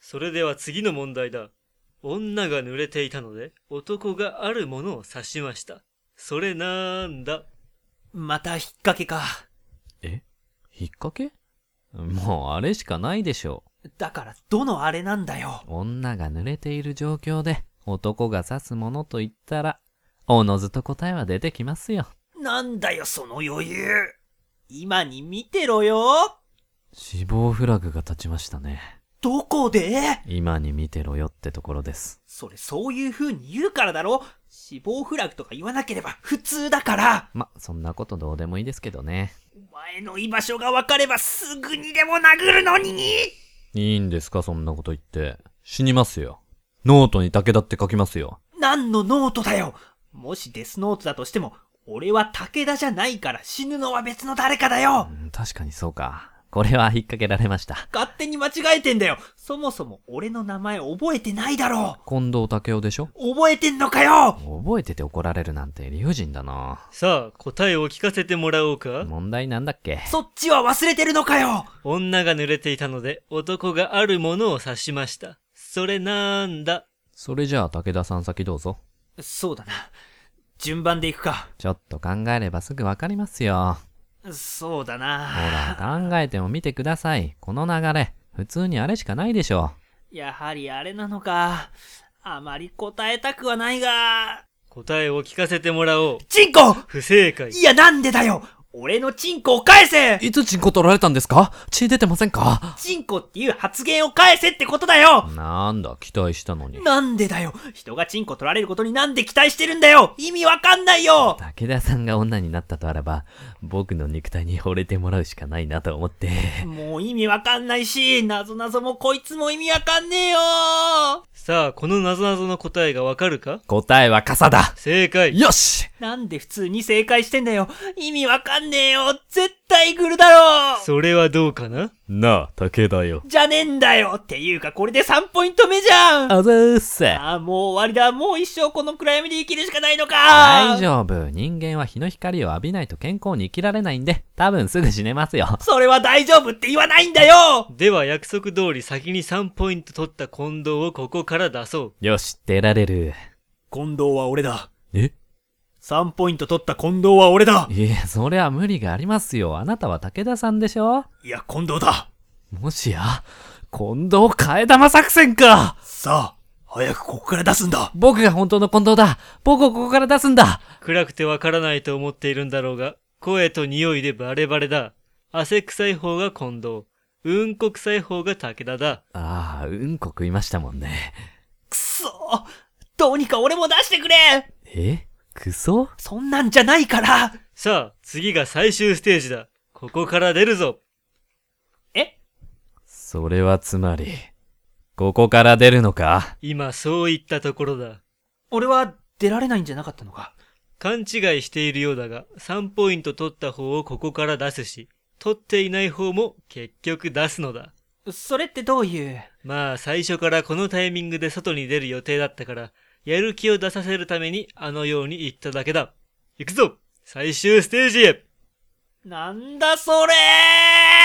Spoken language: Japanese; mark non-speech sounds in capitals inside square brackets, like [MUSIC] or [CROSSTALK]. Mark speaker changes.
Speaker 1: それでは次の問題だ。女が濡れていたので、男があるものを指しました。それなんだ
Speaker 2: また引っ掛けか。
Speaker 3: 引っ掛けもうあれしかないでしょ
Speaker 2: だから、どのあれなんだよ。
Speaker 3: う。女が濡れている状況で男が指すものと言ったら、おのずと答えは出てきますよ。
Speaker 2: なんだよ、その余裕。今に見てろよ。
Speaker 3: 死亡フラグが立ちましたね。
Speaker 2: どこで
Speaker 3: 今に見てろよってところです。
Speaker 2: それ、そういう風に言うからだろ。死亡フラグとか言わなければ普通だから。
Speaker 3: ま、そんなことどうでもいいですけどね。
Speaker 2: お前の居場所が分かればすぐにでも殴るのに
Speaker 3: いいんですかそんなこと言って。死にますよ。ノートに武田って書きますよ。
Speaker 2: 何のノートだよもしデスノートだとしても、俺は武田じゃないから死ぬのは別の誰かだよ
Speaker 3: うん、確かにそうか。これは引っ掛けられました。
Speaker 2: 勝手に間違えてんだよそもそも俺の名前覚えてないだろ
Speaker 3: 近藤武雄でしょ
Speaker 2: う覚えてんのかよ
Speaker 3: 覚えてて怒られるなんて理不尽だな。
Speaker 1: さあ、答えを聞かせてもらおうか。
Speaker 3: 問題なんだっけ
Speaker 2: そっちは忘れてるのかよ
Speaker 1: 女が濡れていたので、男があるものを指しました。それなんだ
Speaker 3: それじゃあ武田さん先どうぞ。
Speaker 2: そうだな。順番でいくか。
Speaker 3: ちょっと考えればすぐわかりますよ。
Speaker 2: そうだ
Speaker 3: ほ
Speaker 2: な。
Speaker 3: ら、考えても見てください。この流れ、普通にあれしかないでしょ。
Speaker 2: やはりあれなのか。あまり答えたくはないが。
Speaker 1: 答えを聞かせてもらおう。
Speaker 2: チンコ
Speaker 1: 不正解。
Speaker 2: いやなんでだよ俺のチンコを返せ
Speaker 3: いつチンコ取られたんですか血出てませんか
Speaker 2: チンコっていう発言を返せってことだよ
Speaker 3: なんだ、期待したのに。
Speaker 2: なんでだよ人がチンコ取られることになんで期待してるんだよ意味わかんないよ
Speaker 3: 武田さんが女になったとあらば、僕の肉体に惚れてもらうしかないなと思って。
Speaker 2: もう意味わかんないし、なぞなぞもこいつも意味わかんねえよ
Speaker 1: さあ、この謎々の答えがわかるか
Speaker 3: 答えは傘だ
Speaker 1: 正解。
Speaker 3: よし
Speaker 2: なんで普通に正解してんだよ意味わかんねえよ絶対グルだろ
Speaker 1: それはどうかな
Speaker 3: なあ、武田よ。
Speaker 2: じゃねえんだよっていうかこれで3ポイント目じゃんあ
Speaker 3: あざーっせ
Speaker 2: あー、もう終わりだもう一生この暗闇で生きるしかないのか
Speaker 3: 大丈夫。人間は日の光を浴びないと健康に生きられないんで、多分すぐ死ねますよ。
Speaker 2: それは大丈夫って言わないんだよ
Speaker 1: では約束通り先に3ポイント取った近藤をここから出そう。
Speaker 3: [LAUGHS] よし、出られる。
Speaker 2: 近藤は俺だ。
Speaker 3: え
Speaker 2: ?3 ポイント取った近藤は俺だ
Speaker 3: いや、そりゃ無理がありますよ。あなたは武田さんでしょ
Speaker 2: いや、近藤だ
Speaker 3: もしや、近藤替え玉作戦か
Speaker 2: さあ、早くここから出すんだ
Speaker 3: 僕が本当の近藤だ僕をここから出すんだ
Speaker 1: 暗くてわからないと思っているんだろうが、声と匂いでバレバレだ。汗臭い方が近藤。うんこ臭い方が武田だ。
Speaker 3: ああ、うんこ食いましたもんね。
Speaker 2: くそどうにか俺も出してくれ
Speaker 3: えクソ
Speaker 2: そんなんじゃないから
Speaker 1: さあ、次が最終ステージだ。ここから出るぞ。
Speaker 2: え
Speaker 3: それはつまり、ここから出るのか
Speaker 1: 今そういったところだ。
Speaker 2: 俺は出られないんじゃなかったのか
Speaker 1: 勘違いしているようだが、3ポイント取った方をここから出すし、取っていない方も結局出すのだ。
Speaker 2: それってどういう
Speaker 1: まあ、最初からこのタイミングで外に出る予定だったから、やる気を出させるためにあのように言っただけだ。行くぞ最終ステージへ
Speaker 2: なんだそれー